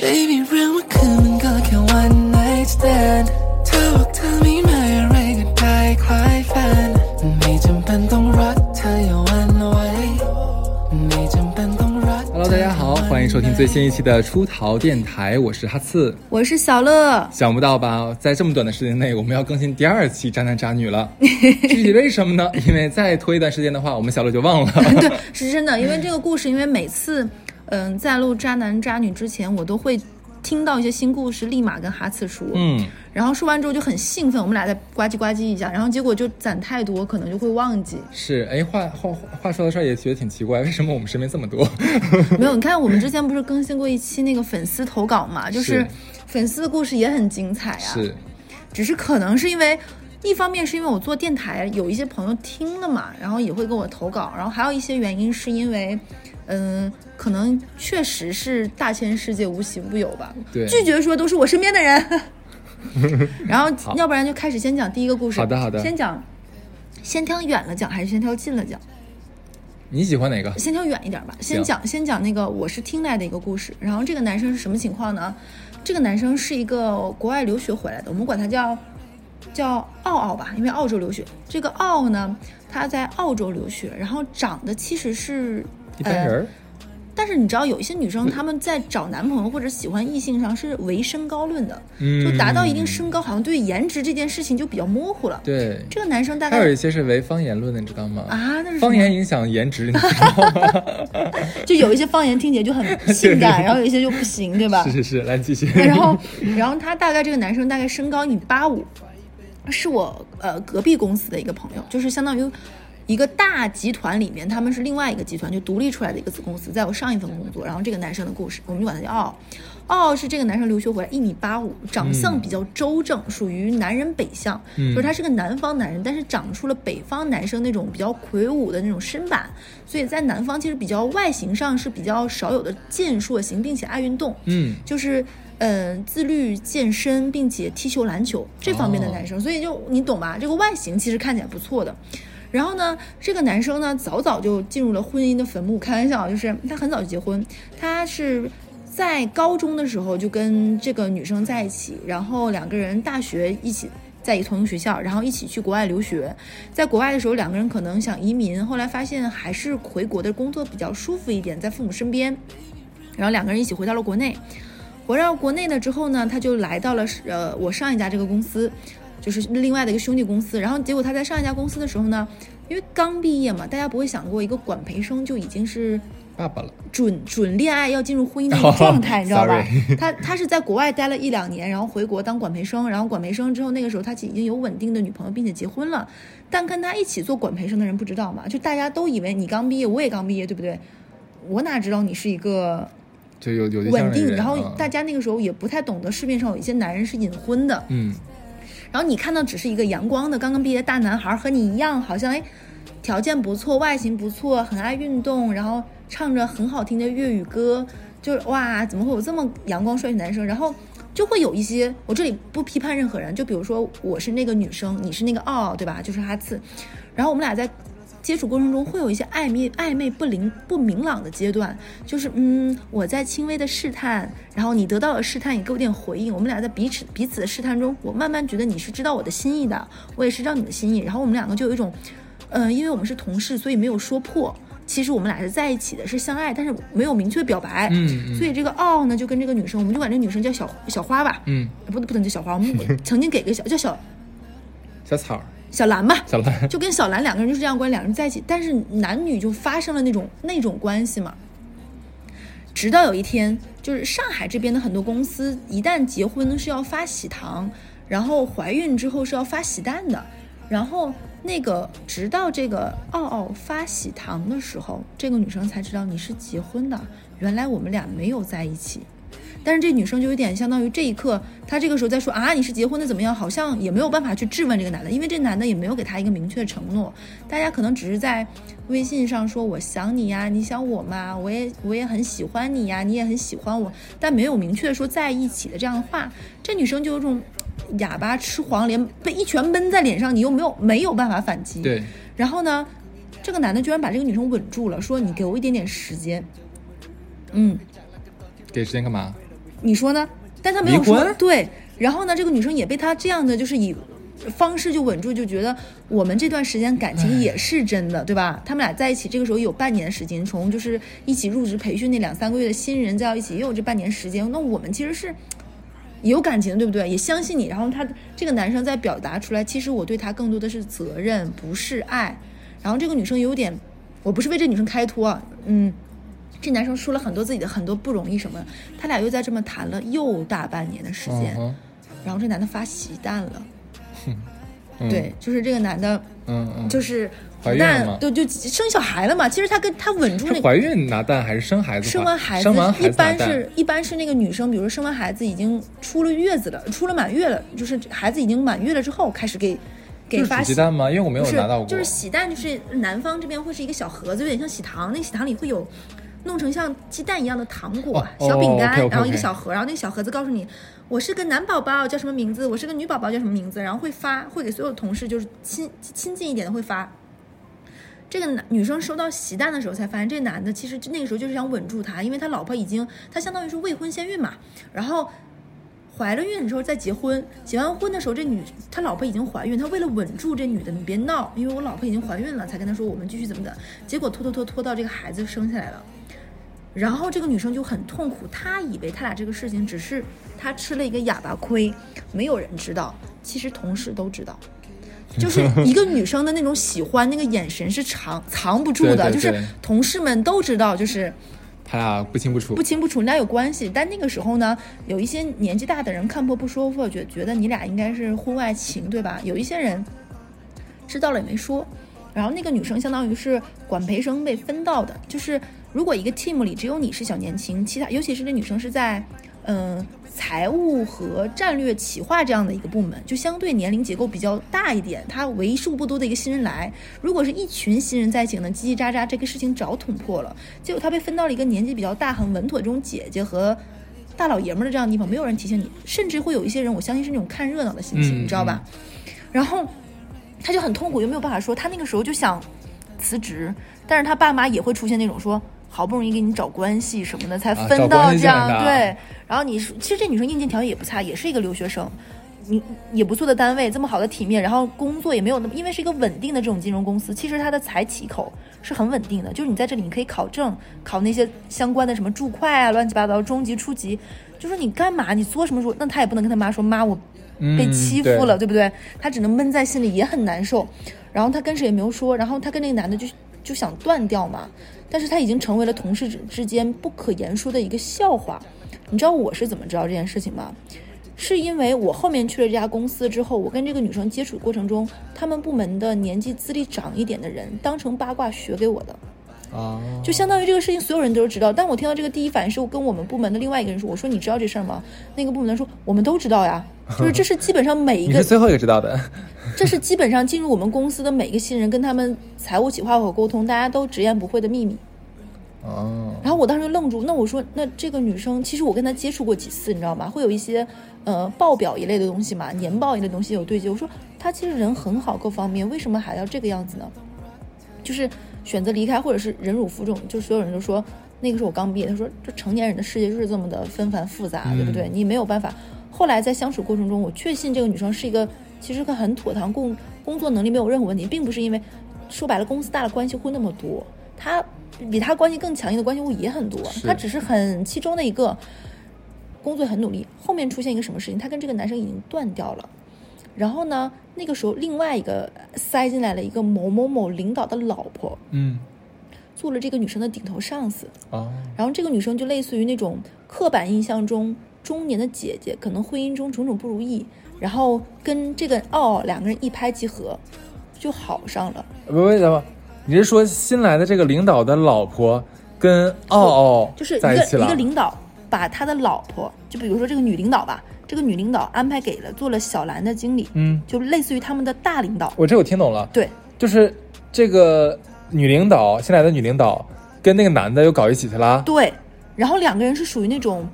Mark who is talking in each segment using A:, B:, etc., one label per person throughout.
A: Baby 让我คืนมันก็แค่ one night stand เธอบอกเธอไม่มาอะไรก็ได้คล้ายแฟนไม่จำเป็นต้องรักเธออย่าหวันไหวไม่จำเป็นต้องรัก
B: Hello，大家好，欢迎收听最新一期的出逃电台，我是哈刺。
C: 我是小乐，
B: 想不到吧，在这么短的时间内，我们要更新第二期《渣男渣女》 了。具体为什么呢？因为再拖一段时间的话，我们小乐就 忘了。
C: 对，是真的，因为这个故事，因为每次，嗯，在录渣男渣女之前，我都会听到一些新故事，立马跟哈次说，
B: 嗯，
C: 然后说完之后就很兴奋，我们俩再呱唧呱唧一下，然后结果就攒太多，可能就会 忘记。
B: 是，哎，话话话说到这儿也觉得挺奇怪，为什么我们身边这么 多？
C: 没有，你看我们之前不是更新过一期那个粉丝投稿嘛，就是
B: 是
C: 粉丝的故事也很精彩啊，
B: 是，
C: 只是可能是因为。一方面是因为我做电台，有一些朋友听了嘛，然后也会给我投稿，然后还有一些原因是因为，嗯、可能确实是大千世界无奇不有吧，
B: 对
C: 拒绝说都是我身边 的人，然后要不然就开始先讲第一个故事，
B: 好的好的
C: 先讲，先挑远了讲还是先挑近了讲？
B: 你喜欢哪个？
C: 先挑远一点吧，先
B: 行
C: 讲先讲那个我是听来的一个故事。然后这个男生是什么情况呢？这个男生是一个国外留学回来的，我们管他叫叫奥奥吧，因为澳洲留学。这个奥呢，他在澳洲留学，然后长得其实是
B: 一般人
C: 呃
B: 儿、嗯
C: 但是你知道，有一些女生她们在找男朋友或者喜欢异性上是唯身高论的，
B: 嗯
C: 就达到一定身高，好像对颜值这件事情就比较模糊了。
B: 对。
C: 这个男生大
B: 还有
C: 概
B: 一些是为方言论的，你知道吗？
C: 呃啊那是什么
B: 方言影响颜值，你知道吗？
C: 就有一些方言听起来就很 性感，然后有一些就不行，对 吧？
B: 是是是，来继续。
C: 然后，然后他大概这个男生大概身高一米八五，是我呃隔壁公司的一个朋友，就是相当于一个大集团里面，他们是另外一个集团就独立出来的一个子公司，在我上一份工作。然后这个男生的故事，我们就管他叫奥奥，奥是这个男生留学回来一米八五，长相比较周正，属于男人北向，
B: 嗯
C: 就是他是个南方男人，但是长出了北方男生那种比较魁梧的那种身板，所以在南方其实比较外形上是比较少有的健硕型，并且爱运动。
B: 嗯，
C: 就是嗯、呃自律健身，并且踢球篮球这方面的男生，所以就你懂吧？这个外形其实看起来不错的。然后呢，这个男生呢，早早就进入了婚姻的坟墓。开玩笑，就是他很早就结婚，他是在高中的时候就跟这个女生在一起，然后两个人大学一起在一同一个学校，然后一起去国外留学。在国外的时候，两个人可能想移民，后来发现还是回国的工作比较舒服一点，在父母身边，然后两个人一起回到了国内。回到国内了之后呢，他就来到了呃我上一家这个公司，就是另外的一个兄弟公司。然后结果他在上一家公司的时候呢，因为刚毕业嘛，大家不会想过一个管培生就已经是
B: 爸爸了，
C: 准准恋爱要进入婚姻的一个状态，
B: 哦
C: 你知道吧
B: sorry？
C: 他他是在国外待了一两年，然后回国当管培生，然后管培生之后，那个时候他已经有稳定的女朋友，并且结婚了。但跟他一起做管培生的人不知道嘛，就大家都以为你刚毕业，我也刚毕业，对不对？我哪知道你是一个
B: 就有有对象的
C: 稳
B: 人
C: 定，然后
B: 啊
C: 大家那个时候也不太懂得市面上有一些男人是隐婚的，
B: 嗯，
C: 然后你看到只是一个阳光的刚刚毕业的大男孩，和你一样，好像哎，条件不错，外形不错，很爱运动，然后唱着很好听的粤语歌，就是哇，怎么会有这么阳光帅气的男生？然后就会有一些，我这里不批判任何人，就比如说我是那个女生，你是那个奥奥，对吧？就是哈次，然后我们俩在。接触过程中会有一些暧昧、暧昧不灵、不明朗的阶段，就是嗯，我在轻微的试探，然后你得到了试探，也给我点回应。我们俩在彼此彼此的试探中，我慢慢觉得你是知道我的心意的，我也是知道你的心意。然后我们两个就有一种，呃，因为我们是同事，所以没有说破。其实我们俩是在一起的，是相爱，但是没有明确表白。
B: 嗯嗯
C: 所以这个奥呢，就跟这个女生，我们就管这个女生叫小小花吧。
B: 嗯，
C: 不不能叫小花，我们曾经给个小叫小
B: 小草儿，
C: 小兰吧。
B: 小兰，
C: 就跟小兰两个人就是这样关系，两个人在一起，但是男女就发生了那种那种关系嘛。直到有一天，就是上海这边的很多公司，一旦结婚是要发喜糖，然后怀孕之后是要发喜蛋的，然后那个直到这个奥奥发喜糖的时候，这个女生才知道你是结婚的，原来我们俩没有在一起。但是这女生就有点相当于这一刻，她这个时候在说啊，你是结婚的怎么样？好像也没有办法去质问这个男的，因为这男的也没有给她一个明确的承诺。大家可能只是在微信上说我想你呀，你想我吗？我也我也很喜欢你啊呀，你也很喜欢我，但没有明确说在一起的这样的话。这女生就有种嘖哑巴吃黄连，被一拳闷在脸上，你又没有没有办法反击。
B: 对，
C: 然后呢，这个男的居然把这个女生稳住了，说你给我一点点时间。嗯，
B: 给时间干嘛？
C: 你说呢？但他没有
B: 离
C: 说
B: 婚
C: 对，然后呢，这个女生也被他这样的就是以方式就稳住，就觉得我们这段时间感情也是真的，对吧？他们俩在一起这个时候有半年时间，从就是一起入职培训那两三个月的新人再到一起，也有这半年时间。那我们其实是也有感情，对不对？也相信你。然后他这个男生在表达出来，其实我对他更多的是责任，不是爱。然后这个女生有点，我不是为这女生开脱啊，嗯，这男生说了很多自己的很多不容易什么的，他俩又在这么谈了又大半年的时间，
B: 嗯
C: 然后这男的发喜蛋了，
B: 哼，
C: 对，就是这个男的，
B: 嗯，嗯嗯，
C: 就是
B: 嗯怀
C: 不
B: 孕了吗
C: 但对就生小孩了嘛，其实他跟他稳住那
B: 是
C: 个
B: 怀孕拿蛋还是生孩子拿？
C: 生完孩子，
B: 生完孩子
C: 一
B: 拿
C: 般
B: 蛋
C: 是一般是那个女生，比如说生完孩子已经出了月子了，出了满月了，就是孩子已经满月了之后开始给给
B: 是
C: 发
B: 煮鸡
C: 喜
B: 蛋吗？因为我没有
C: 不是
B: 拿到过，
C: 就是喜蛋，就是南方这边会是一个小盒子，有点像喜糖，那个喜糖里会有弄成像鸡蛋一样的糖果、
B: 哦
C: 小饼干，
B: 哦，OK，OK，OK
C: 然后一个小盒，然后那个小盒子告诉你。我是个男宝宝，叫什么名字？我是个女宝宝，叫什么名字？然后会发，会给所有同事，就是亲亲近一点的会发。这个男女生收到喜蛋的时候，才发现这个男的其实那个时候就是想稳住她，因为他老婆已经，他相当于是未婚先孕嘛，然后怀了孕的时候再结婚，结完婚的时候这女他老婆已经怀孕，他为了稳住这女的，你别闹，因为我老婆已经怀孕了，才跟他说我们继续怎么的，结果拖拖拖拖到这个孩子生下来了。然后这个女生就很痛苦，她以为他俩这个事情只是她吃了一个哑巴亏，没有人知道，其实同事都知道。就是一个女生的那种喜欢，那个眼神是藏藏不住的，
B: 对对
C: 就是
B: 对
C: 同事们都知道，就是
B: 他俩不清不楚
C: 不。清不楚，你俩有关系。但那个时候呢，有一些年纪大的人看破不说破，觉觉得你俩应该是婚外情，对吧？有一些人知道了也没说。然后那个女生相当于是管培生被分到的，就是如果一个 team 里只有你是小年轻，其他尤其是那女生是在嗯、呃财务和战略企划这样的一个部门，就相对年龄结构比较大一点，她为数不多的一个新人来。如果是一群新人在一起呢，叽叽喳喳，这个事情早捅破了。结果她被分到了一个年纪比较大、很稳妥这种姐姐和。大老爷们儿的这样的地方，没有人提醒你，甚至会有一些人，我相信是那种看热闹的心情，
B: 嗯
C: 你知道吧？然后他就很痛苦，又没有办法说。他那个时候就想辞职，但是他爸妈也会出现那种说，好不容易给你找关系什么的，才
B: 啊
C: 分
B: 找
C: 到
B: 关系
C: 这样、
B: 这样的
C: 对。然后你说其实这女生硬件条件也不差，也是一个留学生，你也不错的单位，这么好的体面，然后工作也没有那么，因为是一个稳定的这种金融公司，其实它的财起口是很稳定的，就是你在这里你可以考证，考那些相关的什么注会啊，乱七八糟，中级、初级，就是你干嘛，你做什么时候，那他也不能跟他妈说，妈我被
B: 嗯
C: 欺负
B: 对
C: 了，对不对？他只能闷在心里，也很难受。然后他跟谁也没有说，然后他跟那个男的就就想断掉嘛，但是他已经成为了同事之之间不可言说的一个笑话。你知道我是怎么知道这件事情吗？是因为我后面去了这家公司之后，我跟这个女生接触过程中，他们部门的年纪资历长一点的人当成八卦学给我的，
B: 啊，
C: 就相当于这个事情所有人都知道。但我听到这个第一反应是我跟我们部门的另外一个人说，我说你知道这事儿吗？那个部门的人说我们都知道呀，就是这是基本上每一
B: 你
C: 个
B: 是最后一个知道的。
C: 这是基本上进入我们公司的每一个新人跟他们财务企划和沟通，大家都直言不讳的秘密。
B: 哦，
C: 然后我当时就愣住，那我说，那这个女生其实我跟她接触过几次，你知道吗？会有一些呃报表一类的东西嘛，年报一类的东西有对接。我说她其实人很好，各方面为什么还要这个样子呢？就是选择离开，或者是忍辱负重，就所有人都说那个时候我刚毕业，他说这成年人的世界就是这么的纷繁复杂，对不对？你没有办法。后来在相处过程中，我确信这个女生是一个其实个很妥当工工作能力没有任何问题，并不是因为说白了公司大了关系户那么多，她比她关系更强硬的关系户也很多，
B: 是
C: 她只是很其中的一个。工作很努力，后面出现一个什么事情，她跟这个男生已经断掉了。然后呢，那个时候另外一个塞进来了一个某某某领导的老婆，
B: 嗯，
C: 做了这个女生的顶头上司。
B: 哦，
C: 然后这个女生就类似于那种刻板印象中中年的姐姐，可能婚姻中种种不如意，然后跟这个哦两个人一拍即合，就好上了。
B: 不，为什么？你是说新来的这个领导的老婆跟奥奥
C: 就是一
B: 在
C: 个
B: 起
C: 一
B: 了
C: 个？领导把他的老婆，就比如说这个女领导吧，这个女领导安排给了做了小兰的经理，
B: 嗯，
C: 就类似于他们的大领导。
B: 我这我听懂了，
C: 对，
B: 就是这个女领导新来的女领导跟那个男的又搞一起去了。
C: 对，然后两个人是属于那种，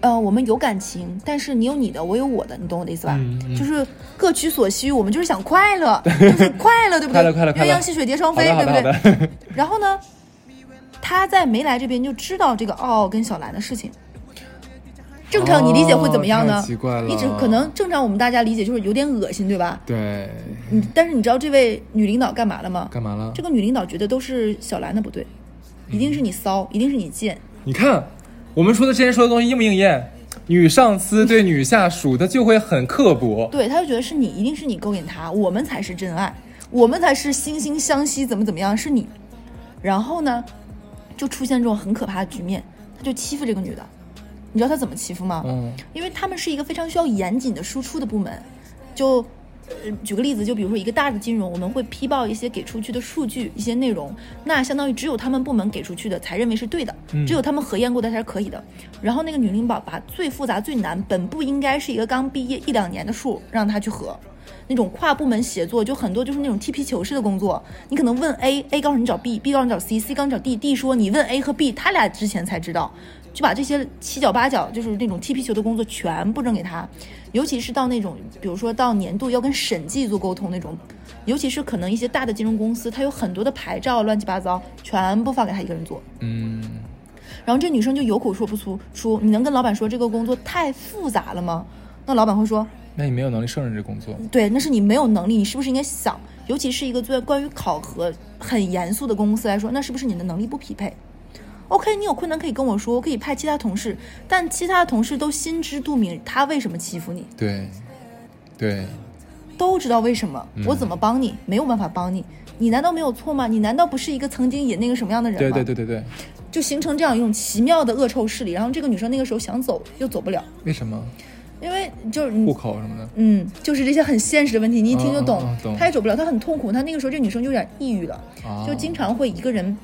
C: 呃，我们有感情，但是你有你的，我有我的，你懂我的意思吧？
B: 嗯嗯
C: 就是各取所需，我们就是想快 乐，就是快乐，对不对？
B: 快乐快乐快乐
C: 鸳鸯戏水蝶双
B: 好
C: 飞，
B: 的，好
C: 对
B: 的，
C: 不
B: 好
C: 对？
B: 的。
C: 然后呢，他在没来这边就知道这个奥奥跟小兰的事情，正常你理解会怎么样呢？
B: 哦太奇怪了
C: 你只可能正常我们大家理解就是有点恶心，对吧？
B: 对，
C: 你但是你知道这位女领导干嘛了吗？
B: 嗯干嘛了？
C: 这个女领导觉得都是小兰的不对，一定是你骚，一定是你贱。
B: 你看，我们说的之前说的东西应不应验？女上司对女下属，她就会很刻薄。
C: 对，她就觉得是你，一定是你勾引她，我们才是真爱，我们才是惺惺相惜，怎么怎么样，是你。然后呢，就出现这种很可怕的局面，他就欺负这个女的。你知道他怎么欺负吗？
B: 嗯，
C: 因为他们是一个非常需要严谨的输出的部门，就。呃，举个例子，就比如说一个大的金融，我们会批报一些给出去的数据、一些内容，那相当于只有他们部门给出去的才认为是对的，
B: 嗯
C: 只有他们核验过的才是可以的。然后那个女领导把最复杂、最难，本不应该是一个刚毕业一两年的数，让她去核。那种跨部门协作，就很多就是那种踢皮球式的工作。你可能问 A，A 告诉你找 B，B 告诉你找 C，C 告诉你找 D，D 说你问 A 和 B，他俩之前才知道，就把这些七角八角就是那种踢皮球的工作全部扔给他。尤其是到那种，比如说到年度要跟审计做沟通那种，尤其是可能一些大的金融公司，它有很多的牌照乱七八糟，全部发给他一个人做。
B: 嗯，
C: 然后这女生就有口说不出出，你能跟老板说这个工作太复杂了吗？那老板会说，
B: 那你没有能力胜任这工作。
C: 对，那是你没有能力，你是不是应该想，尤其是一个做关于考核很严肃的公司来说，那是不是你的能力不匹配？OK，你有困难可以跟我说，我可以派其他同事，但其他同事都心知肚明他为什么欺负你，
B: 对，对，
C: 都知道为什么，我怎么帮你，没有办法帮你，你难道没有错吗？你难道不是一个曾经也那个什么样的人吗？
B: 对对对对对，
C: 就形成这样一种奇妙的恶臭势力。然后这个女生那个时候想走又走不了，
B: 为什么
C: 因为就是
B: 户
C: 你。
B: 口什么的？
C: 嗯，就是这些很现实的问题，你一听就懂。
B: 嗯嗯嗯懂
C: 她也走不了，她很痛苦。她那个时候这女生就有点抑郁了，
B: 啊
C: 就经常会一个人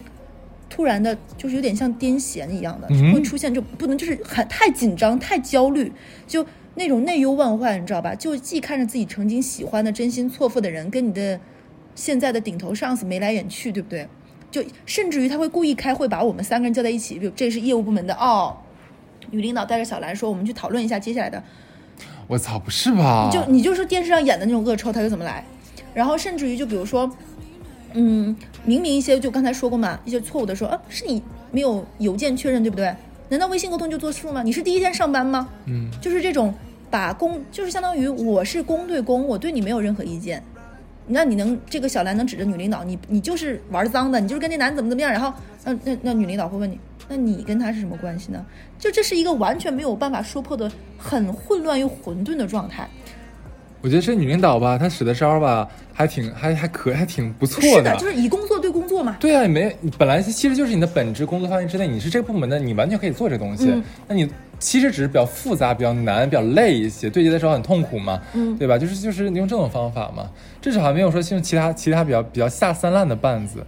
C: 突然的，就是有点像癫痫一样的，
B: 嗯
C: 会出现就不能就是很太紧张、太焦虑，就那种内忧万患，你知道吧？就既看着自己曾经喜欢的、真心错付的人，跟你的现在的顶头上司眉来眼去，对不对？就甚至于他会故意开会把我们三个人叫在一起，比如这是业务部门的哦，女领导带着小兰说，我们去讨论一下接下来的。
B: 我操，不是吧？
C: 就你就说电视上演的那种恶臭，它就怎么来。然后甚至于就比如说，嗯，明明一些就刚才说过嘛，一些错误的说，啊，是你没有邮件确认，对不对？难道微信沟通就作数吗？你是第一天上班吗？
B: 嗯，
C: 就是这种把公，就是相当于我是公对公，我对你没有任何意见。那你能这个小兰能指着女领导，你你就是玩脏的，你就是跟这男的怎么怎么样，然后那那那女领导会问你，那你跟他是什么关系呢？就这是一个完全没有办法说破的很混乱又混沌的状态。
B: 我觉得这女领导吧，她使的招儿吧，还挺还还可还挺不错
C: 是的，就是以工作对工作嘛。
B: 对啊，你没你本来其实就是你的本职工作范围之内，你是这个部门的，你完全可以做这东西。
C: 嗯
B: 那你其实只是比较复杂、比较难、比较累一些，对接的时候很痛苦嘛，
C: 嗯
B: 对吧？就是就是你用这种方法嘛，至少还没有说用其他其他比较比较下三滥的绊子。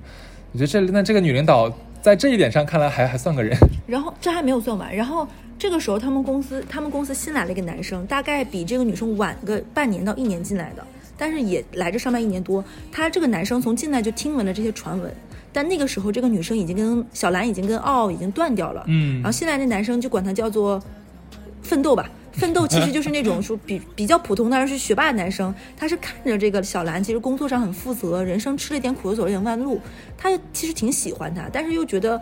B: 我觉得这那这个女领导在这一点上看来还还算个人，
C: 然后这还没有算完，然后这个时候他们公司他们公司新来了一个男生，大概比这个女生晚个半年到一年进来的，但是也来这上班一年多。他这个男生从进来就听闻了这些传闻，但那个时候这个女生已经跟小兰已经跟奥已经断掉了，
B: 嗯
C: 然后新来那男生就管他叫做 奋斗吧。奋斗其实就是那种说比比较普通，但是是学霸的男生，他是看着这个小兰，其实工作上很负责，人生吃了点苦，又走了点弯路，他其实挺喜欢她，但是又觉得，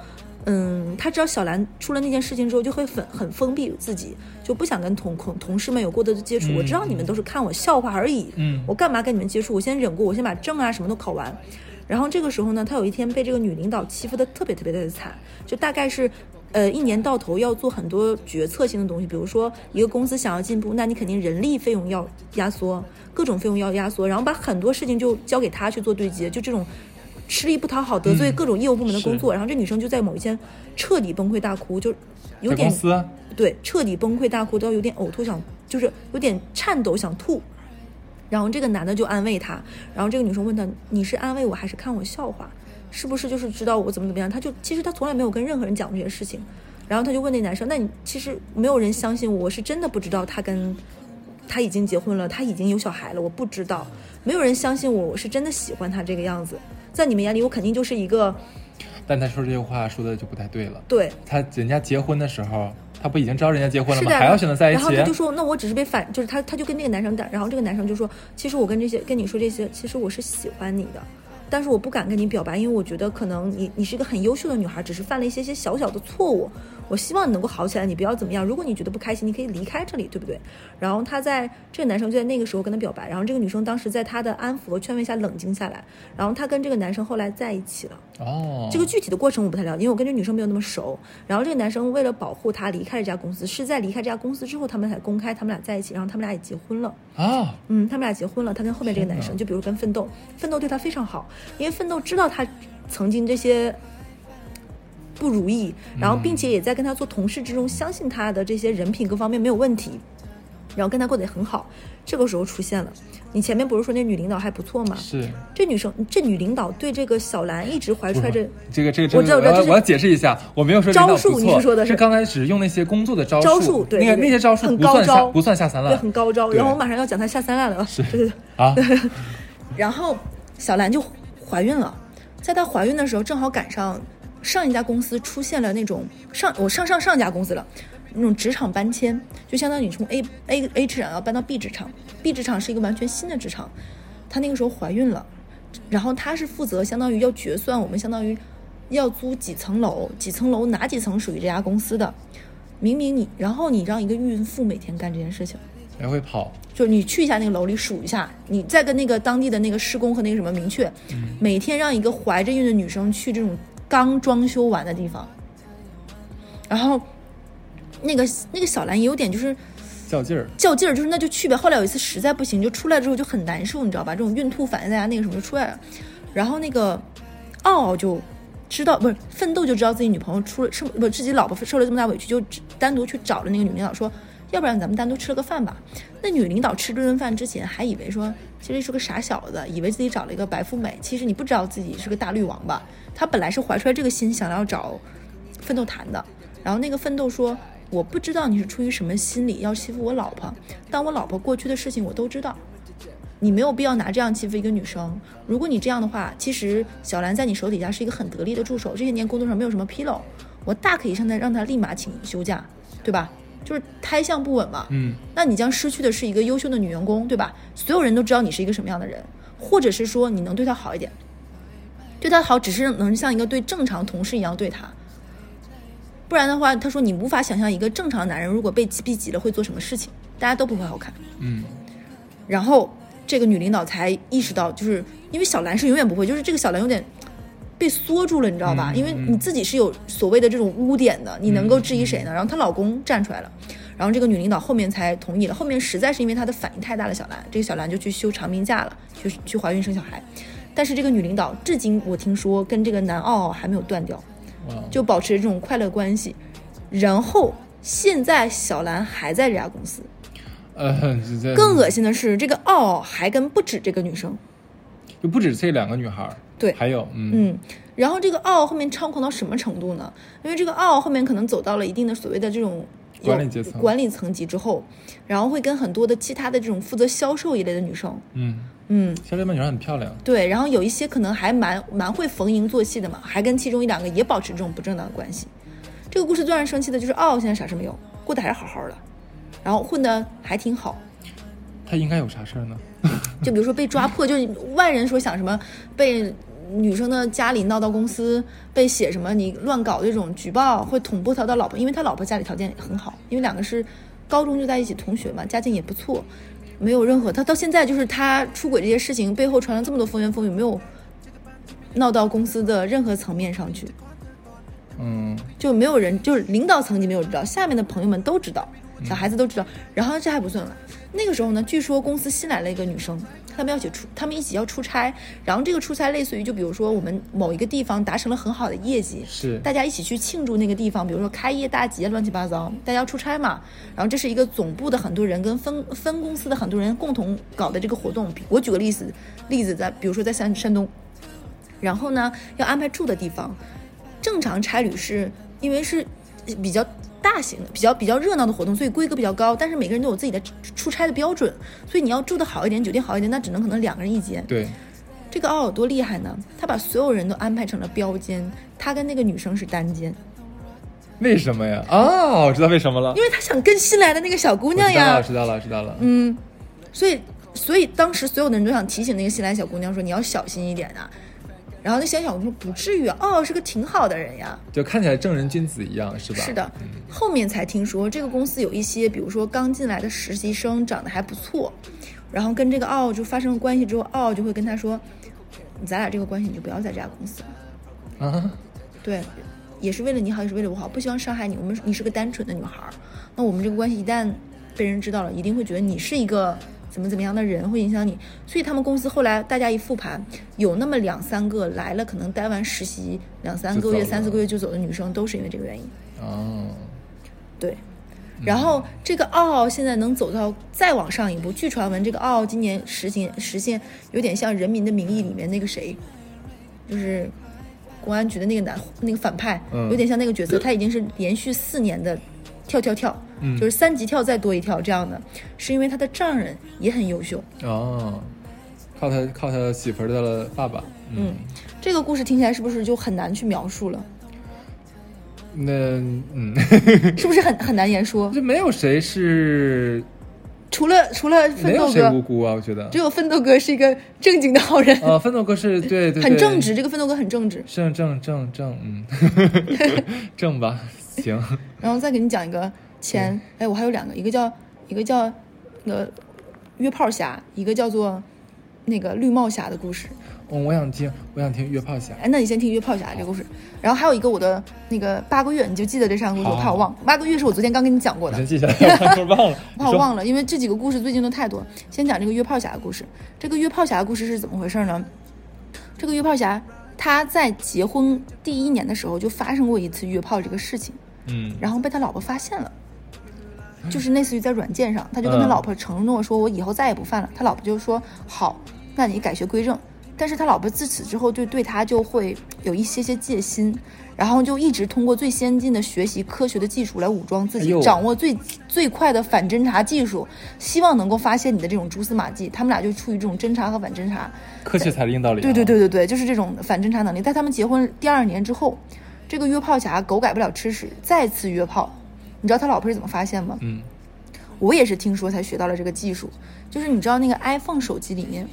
C: 嗯，他知道小兰出了那件事情之后，就会很很封闭自己，就不想跟同同同事们有过多的接触。
B: 嗯
C: 我知道你们都是看我笑话而已，
B: 嗯
C: 我干嘛跟你们接触？我先忍过，我先把证啊什么都考完。然后这个时候呢，他有一天被这个女领导欺负的特别特别的惨，就大概是。呃，一年到头要做很多决策性的东西，比如说一个公司想要进步，那你肯定人力费用要压缩，各种费用要压缩，然后把很多事情就交给他去做对接，就这种吃力不讨好，得
B: 嗯
C: 罪各种业务部门的工作。然后这女生就在某一天彻底崩溃大哭，就有
B: 在公
C: 点
B: 司啊
C: 对，彻底崩溃大哭，到有点呕吐想，就是有点颤抖想吐。然后这个男的就安慰她，然后这个女生问他：“你是安慰我还是看我笑话？是不是就是知道我怎么怎么样？”他就其实他从来没有跟任何人讲这些事情，然后他就问那男生：“那你其实没有人相信我，我是真的不知道他跟他已经结婚了，他已经有小孩了，我不知道，没有人相信我，我是真的喜欢他这个样子，在你们眼里我肯定就是一个
B: 但她说这些话说的就不太对了。
C: 对。”
B: 她人家结婚的时候，她不已经知道人家结婚了
C: 是
B: 吗？
C: 的，
B: 还要选择在一
C: 然后
B: 起
C: 他？就说，那我只是被反，就是他他就跟那个男生打，然后这个男生就说，其实我跟这些跟你说这些，其实我是喜欢你的，但是我不敢跟你表白，因为我觉得可能你你是一个很优秀的女孩，只是犯了一些些小小的错误，我希望你能够好起来，你不要怎么样。如果你觉得不开心，你可以离开这里，对不对？然后他在这个男生就在那个时候跟他表白，然后这个女生当时在他的安抚和劝慰下冷静下来，然后他跟这个男生后来在一起了。
B: 哦，
C: 这个具体的过程我不太了解，因为我跟这女生没有那么熟。然后这个男生为了保护她离开了这家公司，是在离开这家公司之后，他们才公开他们俩在一起，然后他们俩也结婚了。
B: 啊，
C: 嗯，他们俩结婚了，他跟后面这个男
B: 天
C: 生，
B: 哪
C: 就比如跟奋斗，奋斗对他非常好，因为奋斗知道他曾经这些不如意，然后并且也在跟他做同事之中，相信他的这些人品各方面没有问题，然后跟他过得也很好。这个时候出现了，你前面不是说那女领导还不错吗？
B: 是。
C: 这女生，这女领导对这个小兰一直怀
B: 不
C: 揣着
B: 是，这个这个
C: 我
B: 真
C: 知
B: 的，
C: 道我
B: 我要
C: 知道这是
B: 我要解释一下，我没有说领导
C: 招数
B: 不
C: 你
B: 错
C: 是说的是
B: 是刚才只用那些工作的招
C: 招数
B: 数，
C: 对
B: 那个
C: 对对
B: 那些招数
C: 很
B: 不算
C: 高
B: 下
C: 招，
B: 不算下三滥，
C: 对，很高招。
B: 对
C: 然后我马上要讲她下三滥了，是， 对对对。
B: 啊，
C: 然后小兰就怀孕了，在她怀孕的时候，正好赶上上一家公司出现了那种上我上上上家公司了，那种职场搬迁，就相当于你从 A A A 职场要搬到 B 职场，B 职场是一个完全新的职场。她那个时候怀孕了，然后她是负责相当于要决算我们相当于要租几层楼，几层楼哪几层属于这家公司的。明明你，然后你让一个孕妇每天干这件事情，
B: 来回跑，
C: 就是你去一下那个楼里数一下，你再跟那个当地的那个施工和那个什么明确，每天让一个怀着孕的女生去这种刚装修完的地方，然后那个那个小兰也有点就是
B: 较劲儿，
C: 较劲儿，就是那就去呗。后来有一次实在不行，就出来之后就很难受，你知道吧？这种孕吐反应大家那个什么就出来了。然后那个傲傲就知道不是奋斗就知道自己女朋友出了受不自己老婆受了这么大委屈，就只单独去找了那个女领导说，要不然咱们单独吃了个饭吧。那女领导吃这顿饭之前还以为说其实是个傻小子，以为自己找了一个白富美，其实你不知道自己是个大绿王吧？她本来是怀揣这个心想要找奋斗谈的。然后那个奋斗说：“我不知道你是出于什么心理要欺负我老婆，但我老婆过去的事情我都知道，你没有必要拿这样欺负一个女生。如果你这样的话，其实小兰在你手底下是一个很得力的助手，这些年工作上没有什么纰漏，我大可以让她让她立马请休假，对吧？就是胎象不稳嘛。
B: 嗯，
C: 那你将失去的是一个优秀的女员工，对吧？所有人都知道你是一个什么样的人，或者是说你能对她好一点，对她好只是能像一个对正常同事一样对她。不然的话，他说你无法想象一个正常男人如果被逼急了会做什么事情，大家都不会好看。
B: 嗯，
C: 然后这个女领导才意识到，就是因为小兰是永远不会，就是这个小兰有点被缩住了，你知道吧？
B: 嗯
C: 因为你自己是有所谓的这种污点的，你能够质疑谁呢？然后她老公站出来了，然后这个女领导后面才同意了。后面实在是因为她的反应太大了，小兰这个小兰就去休长病假了，去去怀孕生小孩。但是这个女领导至今我听说跟这个男奥奥还没有断掉，
B: 哇，
C: 就保持这种快乐关系。然后现在小兰还在这家公司，
B: 呃， 这这
C: 更恶心的是，这个奥奥还跟不止这个女生，
B: 就不止这两个女孩儿，
C: 对
B: 还有，嗯，
C: 嗯，然后这个奥奥后面猖狂到什么程度呢？因为这个奥奥后面可能走到了一定的所谓的这种有
B: 管理阶层
C: 管理层级之后，然后会跟很多的其他的这种负责销售一类的女生，
B: 嗯，
C: 嗯，
B: 肖这曼女孩很漂亮，
C: 对，然后有一些可能还蛮蛮会逢迎作戏的嘛，还跟其中一两个也保持这种不正当的关系。这个故事最让人生气的就是奥奥现在啥事没有，过得还是好好的，然后混得还挺好，
B: 她应该有啥事儿呢？
C: 就比如说被抓破，就是外人说想什么被女生的家里闹到公司，被写什么你乱搞这种举报，会捅破他的老婆，因为他老婆家里条件也很好，因为两个是高中就在一起同学嘛，家境也不错，没有任何他到现在就是他出轨这些事情背后传了这么多风言风语，没有闹到公司的任何层面上去，
B: 嗯，
C: 就没有人，就是领导层级没有知道，下面的朋友们都知道，小孩子都知道。然后这还不算完，那个时候呢，据说公司新来了一个女生，他们要一起出，他们一起要出差。然后这个出差类似于，就比如说我们某一个地方达成了很好的业绩，
B: 是，
C: 大家一起去庆祝那个地方，比如说开业大吉，乱七八糟，大家要出差嘛。然后这是一个总部的很多人跟分分公司的很多人共同搞的这个活动。比我举个例子，例子在比如说在山山东，然后呢要安排住的地方，正常差旅是因为是比较。大型的、比较比较热闹的活动，所以规格比较高，但是每个人都有自己的出出差的标准，所以你要住的好一点，酒店好一点，那只能可能两个人一间。
B: 对，
C: 这个奥尔多厉害呢，他把所有人都安排成了标间，他跟那个女生是单间，
B: 为什么呀？啊，我知道为什么了
C: 因，为他想跟新来的那个小姑
B: 我
C: 娘
B: 知道了，
C: 呀，
B: 知道了，知道了，
C: 嗯，所以所以当时所有的人都想提醒那个新来小姑娘说，你要小心一点啊。然后那些小姑说不至于，哦，是个挺好的人呀。
B: 就看起来正人君子一样，是吧？嗯
C: 是的，后面才听说这个公司有一些，比如说刚进来的实习生长得还不错，然后跟这个奥就发生了关系之后，奥就会跟他说，咱俩这个关系你就不要在这家公司了。
B: 啊，
C: 对，也是为了你好，也是为了我好，不希望伤害你。我们你是个单纯的女孩儿，那我们这个关系一旦被人知道了，一定会觉得你是一个怎么怎么样的人，会影响你。所以他们公司后来大家一复盘，有那么两三个来了，可能待完实习两三
B: 就
C: 个
B: 走
C: 月、
B: 了
C: 三四个月就走的女生，都是因为这个原因。
B: 哦，
C: 对。然后这个奥奥现在能走到再往上一步，据传闻这个奥奥今年实行实现有点像《人民的名义》里面那个谁，就是公安局的那个男那个反派，
B: 嗯
C: 有点像那个角色，他已经是连续四年的跳跳跳，
B: 嗯
C: 就是三级跳再多一跳这样的，是因为他的丈人也很优秀。
B: 哦，靠他靠他媳妇儿的爸爸，嗯，
C: 这个故事听起来是不是就很难去描述了？
B: 那嗯，
C: 是不是很很难言说？
B: 就没有谁是
C: 除了除了
B: 没
C: 奋
B: 有
C: 斗
B: 谁无
C: 哥，
B: 辜啊，我觉得
C: 只。有奋斗哥是一个正经的好人，
B: 呃，奋斗哥是对对
C: 很
B: 对
C: 正直。这个奋斗哥很正直。
B: 正正正正，嗯， 正吧，行，哦
C: 然后再给你讲一个前，哎，我还有两个，一个叫一个叫那个约炮侠，一个叫做那个绿帽侠的故事。
B: 嗯，我想听，我想听约炮侠，
C: 哎，那你先听约炮侠这个故事，然后还有一个我的那个八个月，你就记得这三个故事，
B: 好
C: 我怕我忘。八个月是我昨天刚跟你讲过
B: 我
C: 的
B: 先，记下来，我都忘了，
C: 我怕我 忘了，因为这几个故事最近都太多。先讲这个约炮侠的故事。这个约炮侠的故事是怎么回事呢？这个约炮侠他在结婚第一年的时候就发生过一次约炮这个事情。
B: 你说，嗯，
C: 然后被他老婆发现了，就是类似于在软件上，他就跟他
B: 嗯
C: 老婆承诺说：“我以后再也不犯了。”他老婆就说：“好，那你改邪归正。”但是他老婆自此之后就对他就会有一些些戒心，然后就一直通过最先进的学习科学的技术来武装自
B: 哎
C: 己，
B: 呦
C: 掌握最最快的反侦查技术，希望能够发现你的这种蛛丝马迹。他们俩就处于这种侦查和反侦查，
B: 科学才是硬道理，
C: 对对对，对对，就是这种反侦查能力。在他们结婚第二年之后，这个约炮侠狗改不了吃屎，再次约炮。你知道他老婆是怎么发现吗？
B: 嗯，
C: 我也是听说才学到了这个技术，就是你知道那个 iPhone 手机里面，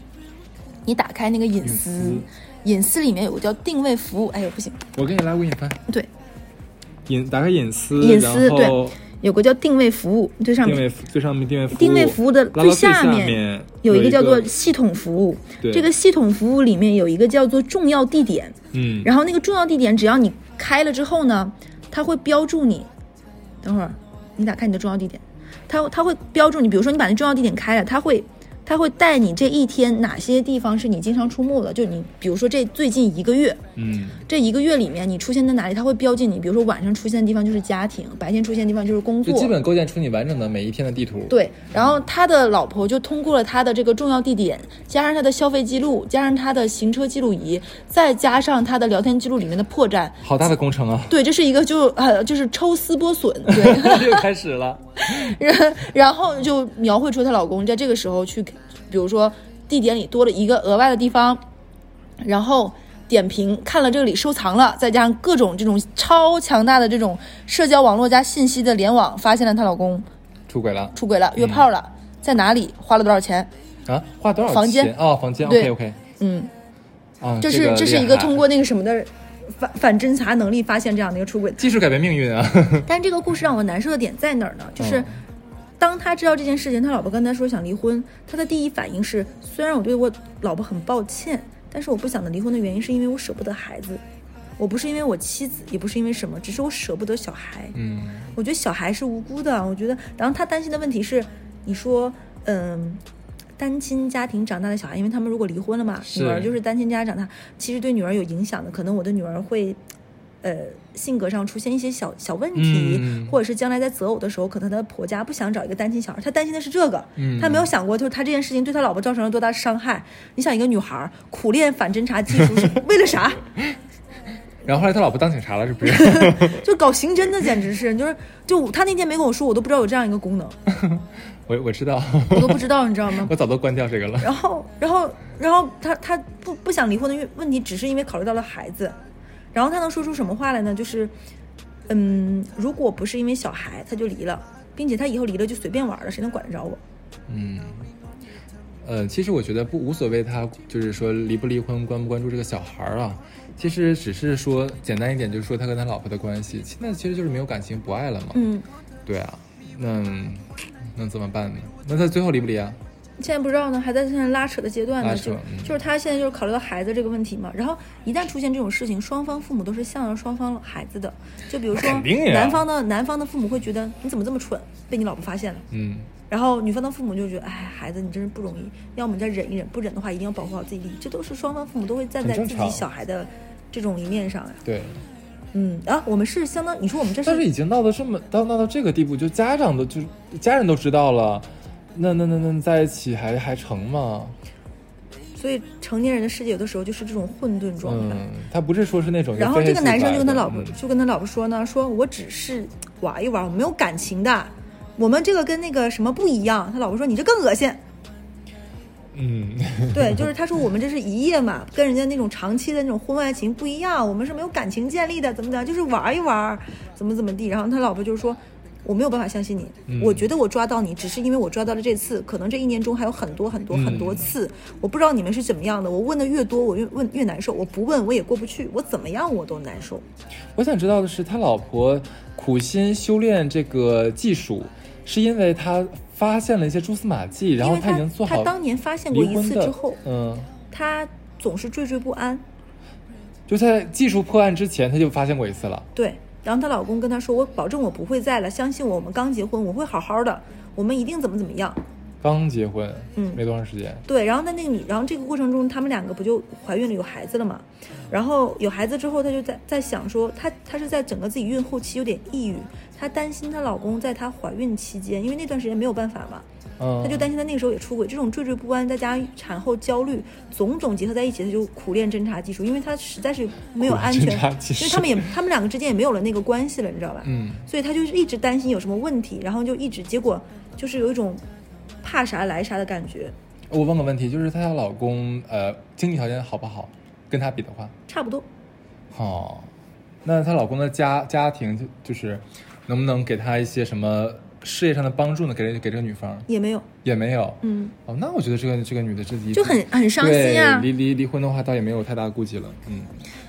C: 你打开那个隐私，
B: 隐私
C: 隐私里面有个叫定位服务，哎呦不行，
B: 我给你来，我给你翻，
C: 对，
B: 隐打开隐私，
C: 隐私
B: 然后
C: 对有个叫定位服务，最上
B: 定
C: 面
B: 位最上面定位服务，
C: 定位服务的
B: 拉到
C: 最下
B: 面
C: 面
B: 有
C: 有一
B: 个
C: 个叫做系统服务，
B: 对
C: 这个系统服务里面有一个叫做重要地点，
B: 嗯，
C: 然后那个重要地点，只要你开了之后呢，它会标注你。等会儿，你打开你的重要地点，它它会标注你。比如说你把那重要地点开了，它会它会带你这一天哪些地方是你经常出没的，就你比如说这最近一个月，
B: 嗯
C: 这一个月里面你出现在哪里，它会标记你。比如说晚上出现的地方就是家庭，白天出现的地方就是工
B: 就
C: 作，
B: 基本构建出你完整的每一天的地图，，
C: 对，然后他的老婆就通过了他的这个重要地点，加上他的消费记录，加上他的行车记录仪，再加上他的聊天记录里面的破绽，
B: 好大的工程 啊，
C: 对，这是一个就呃就是抽丝剥笋， 对，
B: 又开始了，
C: 然 然后就描绘出她老公在这个时候去，比如说地点里多了一个额外的地方，然后点评看了这里收藏了，再加上各种这种超强大的这种社交网络加信息的联网，发现了她老公
B: 出轨了
C: 出轨了、约炮了，在哪里花了多少钱，
B: 嗯啊，花多少
C: 房间
B: 钱哦，房间
C: 对
B: ，OK OK，
C: 嗯。
B: 啊，
C: 这是
B: 个
C: 这是
B: 厉
C: 一个
B: 害
C: 通过那个什么的反反侦查能力发现这样的一个出轨。
B: 技术改变命 运啊，
C: 但这个故事让我难受的点在哪儿呢？就是
B: 嗯
C: 当他知道这件事情，他老婆跟他说想离婚，他的第一反应是：虽然我对我老婆很抱歉，但是我不想的离婚的原因是因为我舍不得孩子，我不是因为我妻子，也不是因为什么，只是我舍不得小孩。
B: 嗯。
C: 我觉得小孩是无辜的，我觉得，然后他担心的问题是，你说，嗯，单亲家庭长大的小孩，因为他们如果离婚了嘛，
B: 是
C: 女儿就是单亲家长大，其实对女儿有影响的，可能我的女儿会。呃，性格上出现一些小小问题，
B: 嗯
C: 或者是将来在择偶的时候，可能她的婆家不想找一个单亲小孩，她担心的是这个，
B: 嗯
C: 她没有想过就是她这件事情对她老婆造成了多大伤害。你想，一个女孩儿苦练反侦查技术是为了啥？
B: 然后后来他老婆当警察了，是不是？
C: 就搞刑侦的，简直是，就是就她那天没跟我说，我都不知道有这样一个功能。
B: 我我知道，
C: 我都不知道，你知道吗？
B: 我早都关掉这个了。
C: 然后，然后，然后他他不不想离婚的问题，只是因为考虑到了孩子。然后他能说出什么话来呢？就是，嗯，如果不是因为小孩，他就离了，并且他以后离了就随便玩了，谁能管得着我？
B: 嗯，呃，其实我觉得不无所谓他，就是说离不离婚、关不关注这个小孩儿啊。其实只是说简单一点，就是说他跟他老婆的关系，现在其实就是没有感情，不爱了嘛。
C: 嗯，
B: 对啊，那那怎么办呢？那他最后离不离啊？
C: 现在不知道呢，还在现在拉扯的阶段
B: 拉
C: 呢，
B: 扯
C: 就
B: 嗯
C: 就是他现在就是考虑到孩子这个问题嘛。然后一旦出现这种事情，双方父母都是向着双方孩子的。就比如说
B: 肯定呀
C: 男方的男方的父母会觉得你怎么这么蠢，被你老婆发现了。
B: 嗯，
C: 然后女方的父母就觉得，哎，孩子你真是不容易，要么你再忍一忍，不忍的话一定要保护好自己利益。这都是双方父母都会站在
B: 很正
C: 自己
B: 常
C: 小孩的这种一面上呀、
B: 对。
C: 嗯啊，我们是相当，你说我们这
B: 但是
C: 是
B: 已经闹到这么到闹到这个地步，就家长都就家人都知道了，那那那那在一起还还成吗？
C: 所以成年人的世界有的时候就是这种混沌状态。
B: 嗯，他不是说是那种就
C: 然后
B: 非黑
C: 这个
B: 即
C: 男生
B: 白
C: 就跟他
B: 的
C: 老婆、
B: 嗯
C: 就跟他老婆说呢，说我只是玩一玩，我没有感情的，我们这个跟那个什么不一样。他老婆说你这更恶心，
B: 嗯，
C: 对，就是他说我们这是一夜嘛，跟人家那种长期的那种婚外情不一样，我们是没有感情建立的，怎么怎么样，就是玩一玩，怎么怎么地。然后他老婆就是说。我没有办法相信你，
B: 嗯
C: 我觉得我抓到你，只是因为我抓到了这次，可能这一年中还有很多很多
B: 嗯
C: 很多次，我不知道你们是怎么样的。我问的越多，我越问越难受，我不问我也过不去，我怎么样我都难受。
B: 我想知道的是，他老婆苦心修炼这个技术，是因为他发现了一些蛛丝马迹，然
C: 因
B: 后
C: 为
B: 已经做好
C: 他当年发现过
B: 离
C: 一
B: 婚
C: 次
B: 的
C: 之后，
B: 嗯，
C: 他总是惴惴不安。
B: 就在技术破案之前，他就发现过一次了。
C: 对，然后她老公跟她说：“我保证我不会再了，相信我，我们刚结婚，我会好好的，我们一定怎么怎么样。
B: 刚结婚，
C: 嗯
B: 没多长时间”，
C: 对，然后那那个女，然后这个过程中，他们两个不就怀孕了，有孩子了嘛？然后有孩子之后，她就在在想说，她她是在整个自己孕后期有点抑郁，她担心她老公在她怀孕期间，因为那段时间没有办法嘛，
B: 嗯，
C: 她就担心她那个时候也出轨，这种惴惴不安，再加上产后焦虑，种种结合在一起，她就苦练侦查技术，因为她实在是没有
B: 苦练
C: 安全
B: 侦查，技
C: 因为他们
B: 术
C: 也他们两个之间也没有了那个关系了，你知道吧？
B: 嗯，
C: 所以她就是一直担心有什么问题，然后就一直结果就是有一种怕啥来啥的感觉，
B: 我问个问题，就是她老公呃经济条件好不好？跟她比的话，
C: 差不多。
B: 哦，那她老公的家家庭就就是能不能给她一些什么事业上的帮助呢？给这给这个女方
C: 也没有，
B: 也没有。
C: 嗯，
B: 哦，那我觉得这个这个女的自己
C: 就很很伤
B: 对
C: 心啊。
B: 离离离婚的话，倒也没有太大顾忌了。嗯，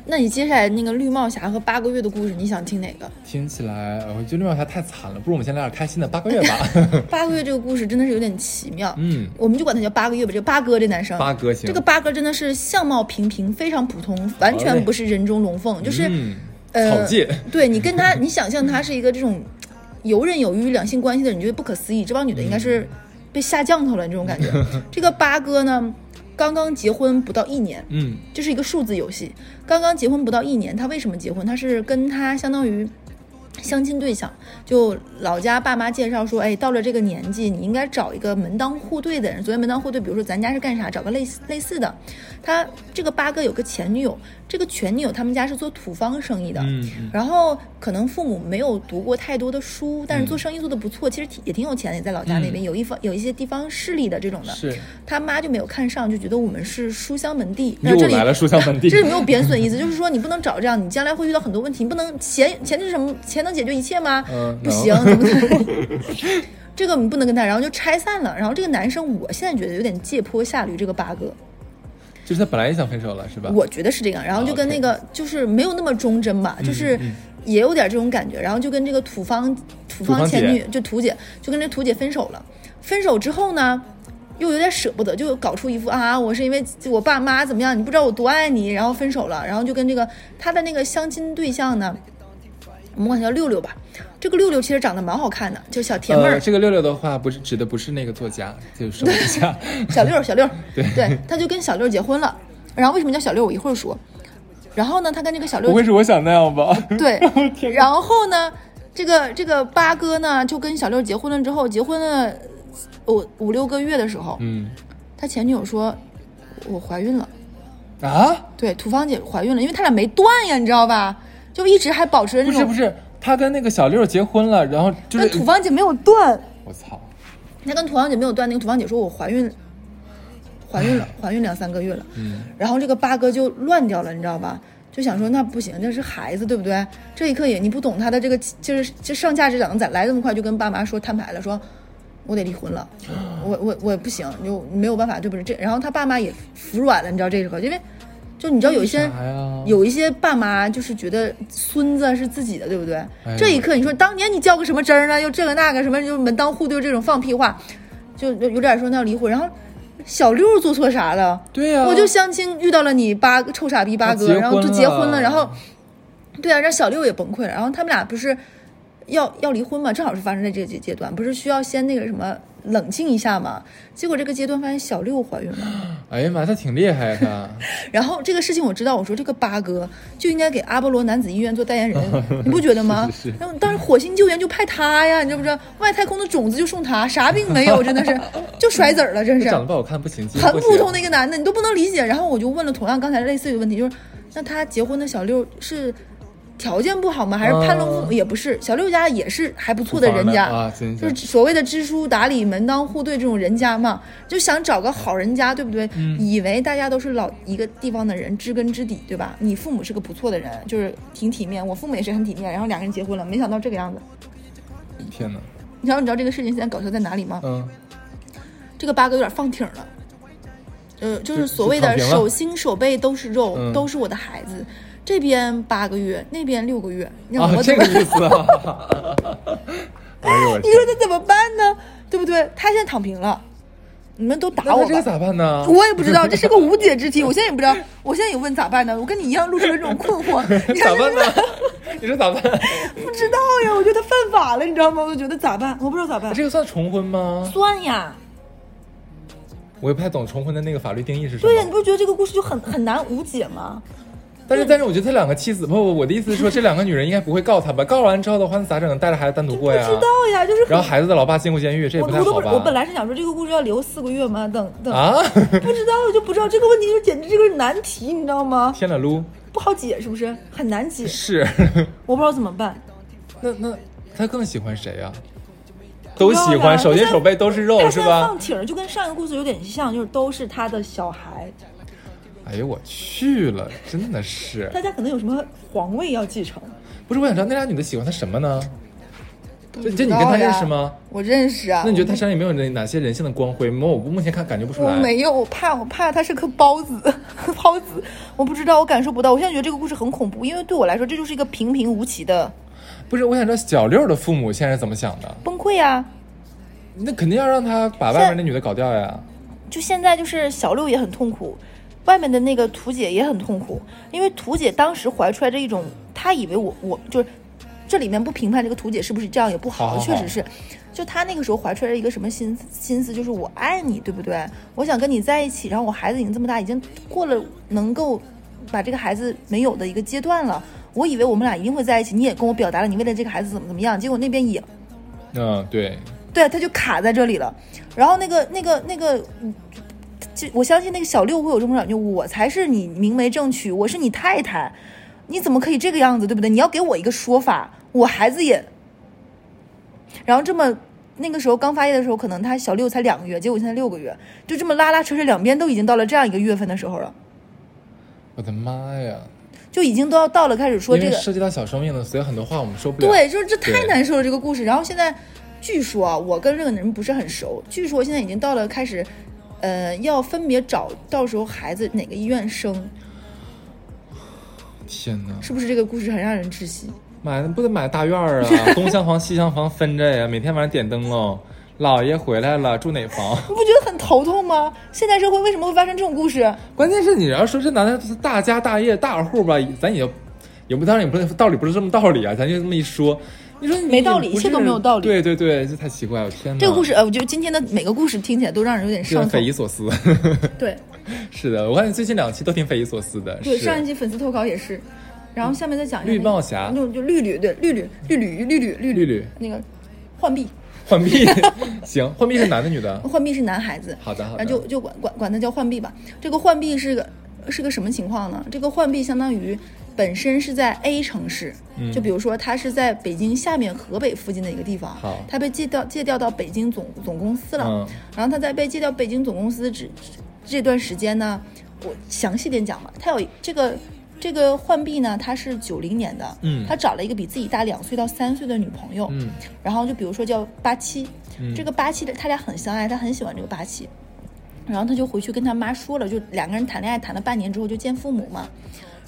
C: 那你接下来那个绿帽侠和八个月的故事，你想听哪个？
B: 听起来呃我觉得绿帽侠太惨了，不如我们先来点开心的，八个月吧。
C: 八个月这个故事真的是有点奇妙，
B: 嗯，
C: 我们就管他叫八个月吧。这个八哥这男生，
B: 八哥行。
C: 这个八哥真的是相貌平平，非常普通，完全不是人中龙凤，就是、
B: 嗯，
C: 呃
B: 草芥。
C: 对你跟他，你想象他是一个这种游刃有余两性关系的人，你觉得不可思议。这帮女的应该是
B: 嗯
C: 被下降头了，这种 感觉。这个八哥呢，刚刚结婚不到一年，
B: 嗯
C: 这是一个数字游戏。刚刚结婚不到一年，他为什么结婚？他是跟他相当于相亲对象，就老家爸妈介绍说，哎，到了这个年纪，你应该找一个门当户对的人。所谓门当户对，比如说咱家是干啥，找个类似类似的。他这个八哥有个前女友，这个前女友他们家是做土方生意的。
B: 嗯嗯
C: 然后可能父母没有读过太多的书，但是做生意做得不错，其实挺也挺有钱的，也在老家那边、
B: 嗯
C: 有一方有一些地方势力的这种的。
B: 是
C: 他妈就没有看上，就觉得我们是书香门第。
B: 又
C: 那这里
B: 来了书香门第
C: 这是没有贬损意思，就是说你不能找这样，你将来会遇到很多问题，你不能钱钱是什么？钱能解决一切吗？
B: 嗯
C: 不
B: 能
C: 行，怎么怎么 这个你不能跟他，然后就拆散了。然后这个男生，我现在觉得有点借坡下驴，这个八哥，
B: 就是他本来也想分手了，是吧？啊
C: 我觉得是这样。然后就跟那个就是没有那么忠贞
B: 嗯
C: 吧，就是也有点这种感觉。然后就跟这个土方土
B: 土
C: 方
B: 方姐
C: 前女就土姐，就跟这土姐分手了。分手之后呢，又有点舍不得，就搞出一副啊，我是因为我爸妈怎么样，你不知道我多爱你，然后分手了。然后就跟这个他的那个相亲对象呢，我们管他叫六六吧。这个六六其实长得蛮好看的，就是小甜妹儿、
B: 呃，这个六六的话，不是指的不是那个作家，就是什么作家？
C: 小六儿，小 六儿，对，他就跟小六儿结婚了。然后为什么叫小六儿？我一会儿说。然后呢，他跟这个小六
B: 不
C: 儿
B: 会是我想那样吧？
C: 对，然后呢，这个这个八哥呢就跟小六结婚了之后，结婚了五五六个月的时候，
B: 嗯
C: 他前女友说我怀孕了，
B: 啊，
C: 对，土方姐怀孕了，因为他俩没断呀，你知道吧？就一直还保持着
B: 不是
C: 那种，
B: 不是，他跟那个小六结婚了，然后就
C: 跟土
B: 是
C: 方姐没有断，
B: 我操，
C: 他跟土方姐没有断，那个土方姐说我怀孕，怀孕了，怀孕两三个月了，
B: 嗯
C: 然后这个八哥就乱掉了，你知道吧？就想说那不行，这是孩子，对不对？这一刻也你不懂他的这个，就是这上价值涨得咋来这么快，就跟爸妈说摊牌了，说我得离婚了，我我我不行，就没有办法，对不对？这然后他爸妈也服软了，你知道这个，因为就你知道有一些人
B: 啥呀
C: 有一些爸妈就是觉得孙子是自己的，对不对？
B: 哎呦
C: 这一刻你说当年你较个什么真儿呢？又这个那个什么，就门当户对这种放屁话，就就有点说那要离婚。然后小六做错啥了？
B: 对呀、
C: 我就相亲遇到了你八个臭傻逼八
B: 他
C: 哥，
B: 结
C: 然后就
B: 婚
C: 结婚
B: 了
C: 了，然后对啊，让小六也崩溃了。然后他们俩不是要要离婚嘛，正好是发生在这个阶阶段，不是需要先那个什么冷静一下嘛？结果这个阶段发现小六怀孕了。
B: 哎呀妈，他挺厉害他，
C: 然后这个事情我知道，我说这个八哥就应该给阿波罗男子医院做代言人，你不觉得 吗？
B: 是是是
C: 然后但是火星救援就派他呀，你知不知道？外太空的种子就送他，啥病没有，真的是 就甩子儿了，真
B: 他
C: 是
B: 长得不好看不行，
C: 很普通的
B: 个。
C: 一个男的，你都不能理解。然后我就问了同样刚才类似于的问题，就是那他结婚的小六是。条件不好吗？还是攀龙附
B: 啊
C: 也不是，小六家也是还不错的人家，
B: 啊，行
C: 就
B: 行
C: 是，所谓的知书达理、门当户对这种人家嘛，就想找个好人家，对不对？
B: 嗯
C: 以为大家都是老一个地方的人，知根知底，对吧？你父母是个不错的人，就是挺体面，我父母也是很体面，然后两个人结婚了，没想到这个样子。
B: 天哪，
C: 你知道你知道这个事情现在搞笑在哪里吗？
B: 嗯，
C: 这个八哥有点放挺了。呃，就是所谓
B: 就
C: 的
B: 躺平了
C: 手心手背都是肉，
B: 嗯
C: 都是我的孩子，这边八个月，那边六个月，你让
B: 啊
C: 我，怎
B: 这
C: 么
B: 个意思啊。 哎呦我
C: 你
B: 天，
C: 说他怎么办呢？对不对？他现在躺平了，你们都打
B: 那
C: 我
B: 他这
C: 吧
B: 个。咋办呢？
C: 我也不知道，这是个无解之题。我现在也不知道，我现在也问咋办呢？我跟你一样露出了这种困 惑，你看
B: 咋 办呢？你说咋办？
C: 不知道呀？我觉得犯法了，你知道吗？我就觉得咋办？我不知道咋办。
B: 这个算重婚吗？
C: 算呀，
B: 我也不太懂重婚的那个法律定义是什
C: 对呀，
B: 么
C: 你。不觉得这个故事就很很难无解吗？
B: 但是但是我觉得他两个妻子，不不，我的意思是说，这两个女人应该不会告他吧？告完之后的话，那咋整？带着孩子单独过
C: 不
B: 呀
C: 知？道呀，就是很
B: 然后孩子的老爸进过监狱，这也
C: 我
B: 不太
C: 我都
B: 好
C: 不
B: 吧？
C: 我本来是想说这个故事要留四个月嘛，等等，
B: 啊，
C: 不知道我就不知道这个问题，就简直这个难题，你知道吗？
B: 天了噜，
C: 不好解，是不是？很难解，
B: 是，
C: 我不知道怎么办。
B: 那那他更喜欢谁呀、都喜欢，
C: 不知道
B: 手
C: 呀
B: 心手背都是肉
C: 他
B: 是
C: 现在
B: 吧
C: 放？挺儿就跟上一个故事有点像，就是都是他的小孩，
B: 哎呦我去了，真的是，
C: 大家可能有什么皇位要继承。
B: 不是我想知道那俩女的喜欢他什么呢？这
C: 不
B: 这
C: 知
B: 你
C: 道
B: 跟他
C: 呀
B: 认识吗？
C: 我认识啊。
B: 那你觉得他身上有没有哪哪些人性的光辉？我我目前看感觉不出
C: 我
B: 来。
C: 没有，我怕，我怕他是颗孢子， 孢子，我不知道，我感受不到。我现在觉得这个故事很恐怖，因为对我来说，这就是一个平平无奇的
B: 不是，我想知道小六的父母现在是怎么想的？
C: 崩溃啊！
B: 那肯定要让他把外面那女的搞掉呀。
C: 就现在就是小六也很痛苦，外面的那个图姐也很痛苦，因为图姐当时怀揣着一种，她以为我我就是这里面不评判这个图姐是不是这样也不好，
B: 好好好
C: 确实是，就她那个时候怀揣着一个什么心思心思，就是我爱你，对不对？我想跟你在一起，然后我孩子已经这么大，已经过了能够把这个孩子没有的一个阶段了。我以为我们俩一定会在一起，你也跟我表达了你为了这个孩子怎么怎么样，结果那边也
B: 嗯，对，
C: 对，啊他就卡在这里了。然后那个那个那个，嗯就我相信那个小六会有这种感觉，我才是你明媒正娶，我是你太太，你怎么可以这个样子，对不对？你要给我一个说法，我孩子也。然后这么那个时候刚发业的时候，可能他小六才两个月，结果现在六个月，就这么拉拉扯扯，两边都已经到了这样一个月份的时候了，
B: 我的妈呀！
C: 就已经都要到了开始说这
B: 因
C: 个
B: 为涉及到小生命了，所以很多话我们说不了。
C: 对，就是这太
B: 对
C: 难受了这个故事。然后现在，据说啊，我跟这个人不是很熟，据说现在已经到了开始，呃，要分别找到时候孩子哪个医院生，
B: 天哪，
C: 是不是这个故事很让人窒息？
B: 买不得买大院儿啊，东厢房西厢房分着呀，每天晚上点灯笼。老爷回来了，住哪房？
C: 你不觉得很头痛吗？现代社会为什么会发生这种故事？
B: 关键是你要说这男的是大家大业大户吧，咱也也不当然也不是道理不是这么道理啊，咱就这么一说，你说你
C: 没道理
B: 也不
C: 一切都
B: 是
C: 没有道理
B: 对对对，这太奇怪了，天哪！
C: 这个故事，呃，我觉得今天的每个故事听起来都让人有点
B: 真
C: 上头
B: 嗯匪。夷所思。
C: 对
B: 是的，我感觉最近两期都挺匪夷所思的。
C: 对，
B: 是
C: 上一期粉丝投稿也是，然后下面再讲一下
B: 绿
C: 那个
B: 帽侠
C: 就就绿绿对绿绿绿绿绿绿绿
B: 绿绿
C: 那个浣碧，
B: 浣 碧，行，浣碧是男的女的？
C: 浣碧是男孩子，
B: 嗯好的好的
C: 然后就就管管管他叫浣碧吧。这个浣碧是个是个什么情况呢？这个浣碧相当于本身是在 A 城市，
B: 嗯
C: 就比如说他是在北京下面河北附近的一个地方
B: 好，
C: 他被借调借调到北京总总公司了。
B: 嗯
C: 然后他在被借调北京总公司只这段时间呢，我详细点讲吧。他有这个这个浣碧呢，他是九零年的，
B: 嗯
C: 他找了一个比自己大两岁到三岁的女朋友，
B: 嗯
C: 然后就比如说叫八七，
B: 嗯
C: 这个八七的他俩很相爱，他很喜欢这个八七，然后他就回去跟他妈说了，就两个人谈恋爱谈了半年之后就见父母嘛，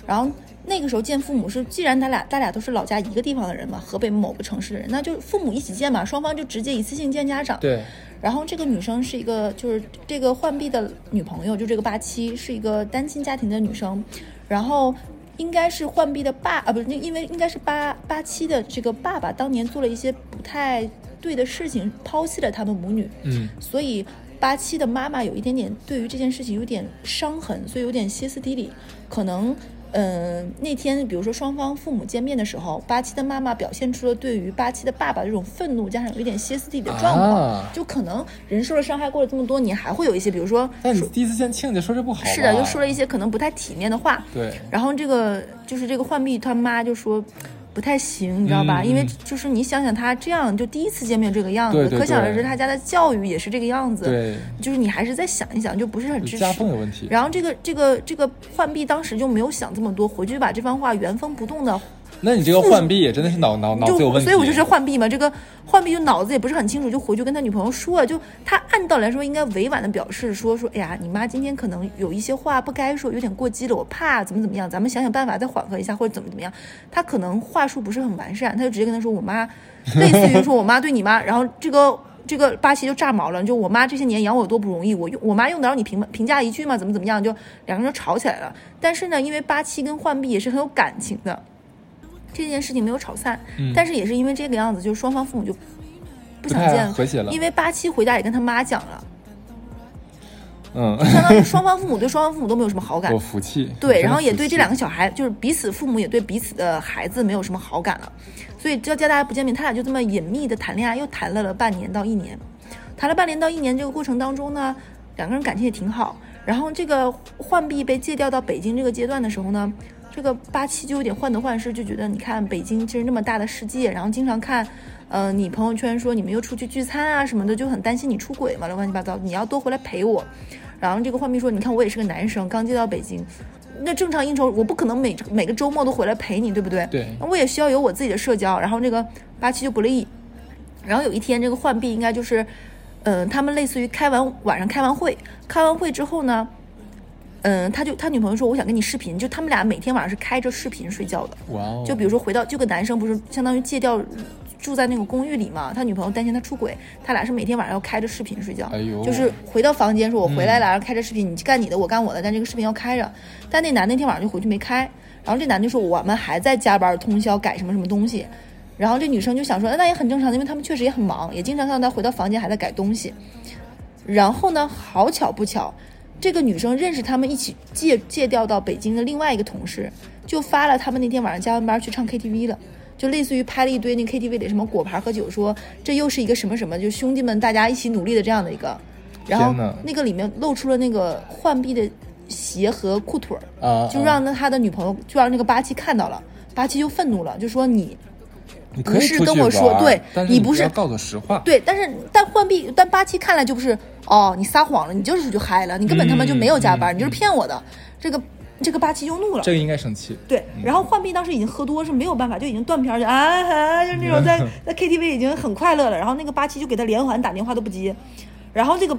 C: 然后那个时候见父母是，既然他俩他俩都是老家一个地方的人嘛，河北某个城市的人，那就父母一起见嘛，双方就直接一次性见家长。
B: 对，
C: 然后这个女生是一个，就是这个浣碧的女朋友，就这个八七是一个单亲家庭的女生，然后应该是浣碧的爸啊，不是，因为应该是八八七的这个爸爸当年做了一些不太对的事情，抛弃了他们母女，
B: 嗯，
C: 所以八七的妈妈有一点点对于这件事情有点伤痕，所以有点歇斯底里。可能，嗯、那天比如说双方父母见面的时候，八七的妈妈表现出了对于八七的爸爸这种愤怒，加上有一点歇斯底里的状况，
B: 啊
C: 就可能人受了伤害过了这么多年，还会有一些，比如说
B: 但你第一次见亲家说这不好吧，
C: 是的，又说了一些可能不太体面的话。
B: 对，
C: 然后这个就是这个浣碧他妈就说。不太行，你知道吧？
B: 嗯
C: 因为
B: 嗯
C: 就是你想想，他这样就第一次见面这个样子，
B: 对对
C: 可想而
B: 对
C: 知他家的教育也是这个样子。
B: 对，
C: 就是你还是再想一想，就不是很支
B: 夹
C: 持
B: 缝。有问题，
C: 然后这个这个这个浣碧当时就没有想这么多，回去把这番话原封不动的，
B: 那你这个浣碧也真的是脑脑脑
C: 就
B: 子有问题，
C: 所以我就说浣碧嘛，这个浣碧就脑子也不是很清楚，就回去跟他女朋友说了，就他按道理来说应该委婉的表示说说，哎呀，你妈今天可能有一些话不该说，有点过激了，我怕怎么怎么样，咱们想想办法再缓和一下或者怎么怎么样。他可能话术不是很完善，他就直接跟他说我妈，类似于说我妈对你妈，然后这个 这个八七就炸毛了，就我妈这些年养我多不容易，我用我妈用得着你评评价一句吗？怎么怎么样，就两个人就吵起来了。但是呢，因为八七跟浣碧也是很有感情的，这件事情没有吵散，
B: 嗯
C: 但是也是因为这个样子，就是双方父母就不
B: 不
C: 想
B: 太
C: 见
B: 和谐了
C: 因为八七回家也跟他妈讲了，
B: 嗯，
C: 相当于双方父母对双方父母都没有什么好感
B: 我。服气，
C: 对，
B: 真的
C: 然后也
B: 服
C: 对
B: 气
C: 这两个小孩，就是彼此父母也对彼此的孩子没有什么好感了，所以只要家大家不见面，他俩就这么隐秘的谈恋爱，又谈了了半年到一年，谈了半年到一年这个过程当中呢，两个人感情也挺好。然后这个浣碧被借调到北京这个阶段的时候呢，这个八七就有点患得患失，就觉得你看北京其实那么大的世界，然后经常看，呃，你朋友圈说你们又出去聚餐啊什么的，就很担心你出轨嘛，乱七八糟，你要多回来陪我。然后这个浣碧说，你看我也是个男生，刚接到北京，那正常应酬我不可能每每个周末都回来陪你，对不对？
B: 对
C: 那我也需要有我自己的社交。然后这个八七就不乐意，然后有一天，这个浣碧应该就是，嗯、他们类似于开完晚上开完会，开完会之后呢，嗯、他就他女朋友说我想跟你视频，就他们俩每天晚上是开着视频睡觉的。
B: 哇哦，
C: 就比如说回到这个男生不是相当于借调住在那个公寓里嘛，他女朋友担心他出轨，他俩是每天晚上要开着视频睡觉，
B: 哎呦
C: 就是回到房间说我回来了，然后开着视频，你干你的，我干我的，但这个视频要开着。但那男那天晚上就回去没开，然后这男的就说我们还在加班通宵改什么什么东西。然后这女生就想说，那也很正常，因为他们确实也很忙，也经常看到他回到房间还在改东西。然后呢，好巧不巧，这个女生认识他们一起借借调到北京的另外一个同事，就发了他们那天晚上加完班去唱 KTV 了。就类似于拍了一堆那 KTV 里什么果盘喝酒说，这又是一个什么什么，就兄弟们大家一起努力的这样的一个，然后
B: 天哪
C: 那个里面露出了那个浣碧的鞋和裤腿儿，
B: 啊，
C: 就让那他的女朋友就让那个八七看到了，八七就愤怒了，就说你
B: 你可以
C: 不是
B: 出去
C: 跟我
B: 玩
C: 说对
B: 但
C: 你
B: 你
C: 不是
B: 要告诉我实话，
C: 对，但是但浣碧但八七看来就不是哦，你撒谎了，你就是出去嗨了，你根本他妈就没有加
B: 嗯
C: 班，
B: 嗯
C: 你就是骗我的。这个这个八七就怒 了。
B: 这个应该生气，
C: 对，然后浣碧当时已经喝多是没有办法，就已经断片儿，就啊啊，就那种在在 KTV 已经很快乐了。然后那个八七就给他连环打电话都不接，然后这个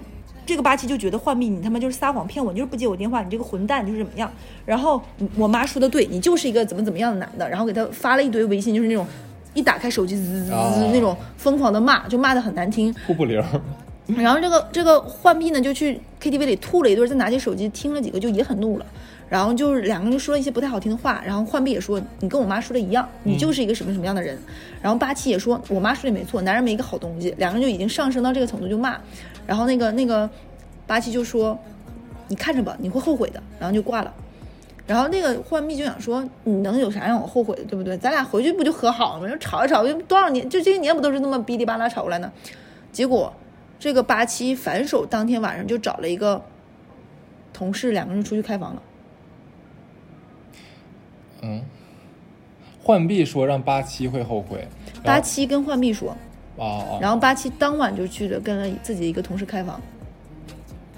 C: 这个八七就觉得浣碧你他妈就是撒谎骗我，你就是不接我电话，你这个混蛋你就是怎么样。然后我妈说的对，你就是一个怎么怎么样的男的，然后给他发了一堆微信，就是那种一打开手机滋滋滋滋那种疯狂的骂，就骂的很难听。
B: 瀑布流，
C: 然后这个这个浣碧呢就去 KTV 里吐了一顿，再拿起手机听了几个，就也很怒了。然后就是两个人就说了一些不太好听的话，然后浣碧也说你跟我妈说的一样，你就是一个什么什么样的人。然后八七也说我妈说的没错，男人没一个好东西。两个人就已经上升到这个程度就骂，然后那个那个八七就说你看着吧，你会后悔的，然后就挂了。然后那个浣碧就想说，你能有啥让我后悔的，对不对？咱俩回去不就和好了吗？就吵一吵，就多少年，就这些年不都是那么哔哩吧啦吵过来呢？结果这个八七反手当天晚上就找了一个同事，两个人出去开房了。
B: 嗯，浣碧说让八七会后悔，然
C: 八
B: 后
C: 七跟浣碧说，
B: 哦哦，
C: 然后八七当晚就去了跟了自己一个同事开房，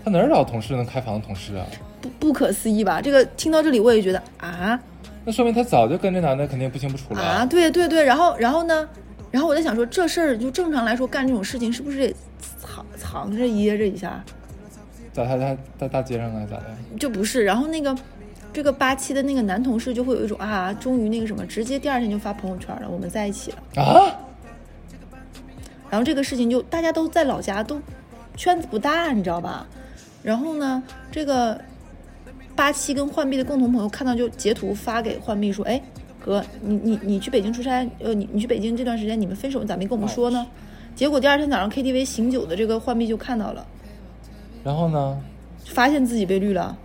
B: 他哪儿找同事能开房的同事啊？
C: 不不可思议吧？这个听到这里我也觉得啊啊
B: 那说明他早就跟这男的肯定不清不楚了。
C: 啊，对对对，然后然后呢？然后我在想说，这事儿就正常来说干这种事情，是不是得藏藏着掖着一下？
B: 咋他他在大街上啊？咋的？
C: 就不是。然后那个这个八七的那个男同事就会有一种啊，终于那个什么，直接第二天就发朋友圈了，我们在一起了。
B: 啊？
C: 然后这个事情就大家都在老家，都圈子不大，你知道吧？然后呢，这个八七跟浣碧的共同朋友看到就截图发给浣碧说：“哎，哥，你你你去北京出差，呃，你你去北京这段时间你们分手咋没跟我们说呢？”结果第二天早上 KTV 醒酒的这个浣碧就看到了，
B: 然后呢？
C: 发现自己被绿了，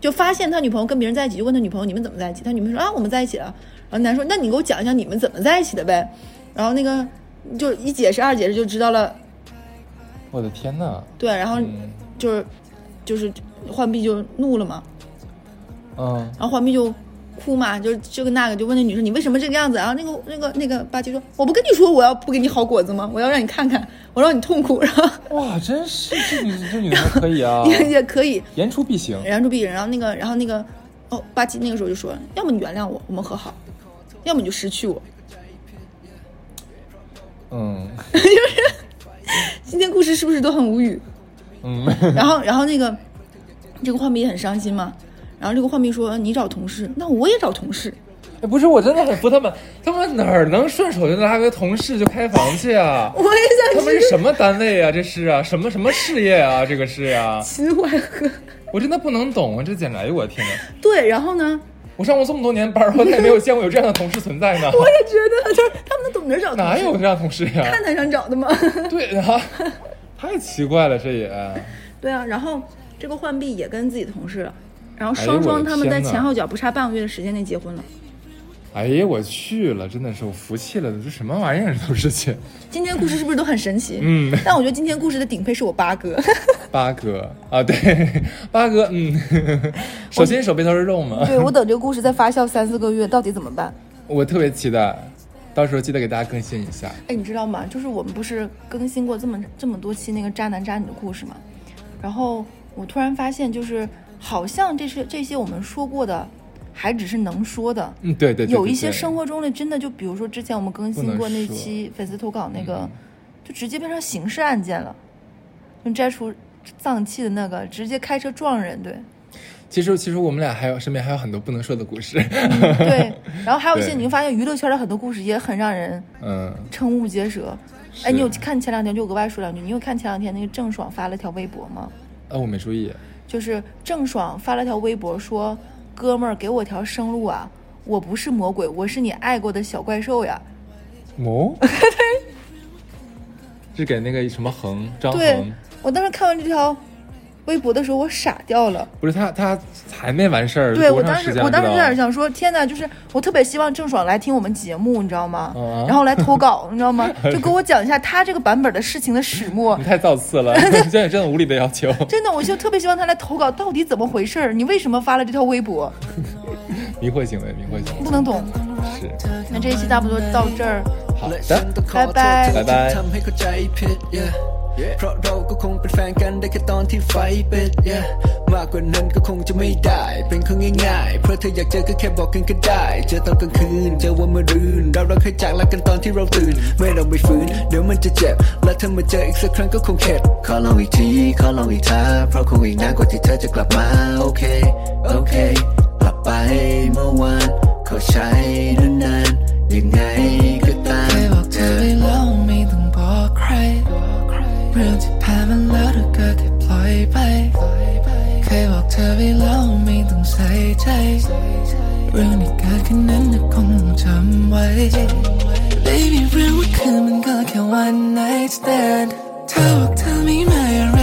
C: 就发现他女朋友跟别人在一起，就问他女朋友你们怎么在一起？他女朋友说啊我们在一起了。然后男说那你给我讲一讲你们怎么在一起的呗。然后那个就一解释二解释就知道了，
B: 我的天呐！
C: 对，然后
B: 嗯
C: 就是就是浣碧就怒了嘛，
B: 嗯，
C: 然后浣碧就哭嘛，就这个那个就问那女生你为什么这个样子啊？然后那个那个那个八七说我不跟你说我要不给你好果子吗？我要让你看看，我让你痛苦，然后，
B: 哇，真是这女这女的还可以啊
C: 也也可以。
B: 言出必行。
C: 然后毕竟，然后那个，然后那个，哦，八七那个时候就说，要么你原谅我，我们和好；要么你就失去我。
B: 嗯
C: 今天故事是不是都很无语？
B: 嗯，
C: 然后，然后那个这个浣碧也很伤心嘛。然后这个浣碧说：“你找同事，那我也找同事。
B: 哎不是，我真的很服他们，他们哪儿能顺手就拉个同事就开房去啊？
C: 我也
B: 他
C: 想
B: 们
C: 去
B: 是什么单位啊？这是啊，什么什么事业啊？这个是啊，
C: 秦淮河。
B: 我真的不能懂啊！这简直，哎呦我天呐，
C: 对，然 后呢，
B: 我上过这么多年班儿，我再也没有见过有这样的同事存在 呢。
C: 我也觉得就是他们都懂得找同
B: 哪
C: 事，
B: 有这样的同事呀、
C: 看台上找的吗？
B: 对啊，太奇怪了，这也。
C: 对啊，然后这个浣碧也跟自己同事了，然后
B: 哎呦
C: 双
B: 我
C: 双
B: 的
C: 他们在
B: 天呐
C: 前后脚不差半个月的时间内结婚了。
B: 哎呀，我去了，真的是我服气了，这什么玩意儿都是去。
C: 今天故事是不是都很神奇？
B: 嗯，
C: 但我觉得今天故事的顶配是我 八哥。
B: 八哥啊，对，八哥，嗯， 手心手背都是肉嘛。
C: 对我等这个故事再发酵三四个月，到底怎么办？
B: 我特别期待，到时候记得给大家更新一下。
C: 哎，你知道吗？就是我们不是更新过这么这么多期那个渣男渣女的故事吗？然后我突然发现，就是好像这是这些我们说过的，还只是能说的。
B: 嗯，对对对对
C: 有一些
B: 对
C: 生活中的真的，就比如说之前我们更
B: 不
C: 新
B: 能
C: 过那
B: 说
C: 期粉丝投稿那个
B: 嗯，
C: 就直接变成刑事案件了，就摘除脏器的那个，直接开车撞人， 对。
B: 其实其实我们俩还有身边还有很多不能说的故事。
C: 对，然后还有一些
B: 对
C: 你会发现娱乐圈的很多故事也很让人
B: 嗯，
C: 瞠目结舌。哎，你有
B: 是
C: 看前两天就额外说两句，你有看前两天那个郑爽发了条微博吗？
B: 啊，我没注意。
C: 就是郑爽发了条微博说：“哥们儿，给我条生路啊！我不是魔鬼，我是你爱过的小怪兽呀
B: 哦， 是给那个什么恒！”张
C: 对
B: 恒，
C: 我当时看完这条微博的时候，我傻掉了。
B: 不是他他还没完事儿，
C: 对
B: 多
C: 我
B: 长
C: 当时
B: 时间，
C: 我当时有
B: 不知道
C: 点想说，天哪！就是我特别希望郑爽来听我们节目，你知道吗？
B: 嗯
C: 然后来投稿，你知 道吗？就给我讲一下她这个版本的事情的始末
B: 你。太造次 了，这也真的无理的要求。
C: 真的，我就特别希望她来投稿，到底怎么回事儿？你为什么发了这条微博？
B: 迷惑行为，迷惑行为
C: 不能懂。
B: 是。
C: 那这一期差不多到这儿。
B: 好
A: และ
B: 的
A: ฉัน。ต้องขอ
C: บ๊ายบาย
A: โทษเธอ
B: บ๊ายบาย
A: ที่ทำให้เข้าใจผิด yeah เพราะเราก็คงเป็นแฟนกันได้แค่ตอนที่ไฟปิด yeah มากกว่านั้นก็คงจะไม่ได้ เป็นคนง่ายๆ เพราะเธออยากเจอก็แค่บอกกันก็ได้ เจอตอนกลางคืน เจอวันมะรืน เราเราเคยจากลากันตอนที่เราตื่น เมื่อเราไม่ฟื้น เดี๋ยวมันจะเจ็บ และเธอมาเจออีกสักครั้งก็คงเข็ด ขอลองอีกที ขอลองอีกทางเพราะคงอีกนานกว่าที่เธอจะกลับมา โอเค โอเค กลับไปเมื่อวานเข้าใช้นานๆยังไงก็ตาม
D: เคยบอกเธอไปแล้วไม่ต้องบอกใคร เรื่องที่ผ่านมาแล้วเธอก็แค่ปล่อยไปเคยบอกเธอไปแล้วไม่ต้องใส่ใจ เรื่องที่เกิดขึ้นนั้นเธอคงต้องจำไว้
A: Baby เรื่องว่าคืนมันก็แค่ one night stand เธอบอกเธอไม่มาอะไร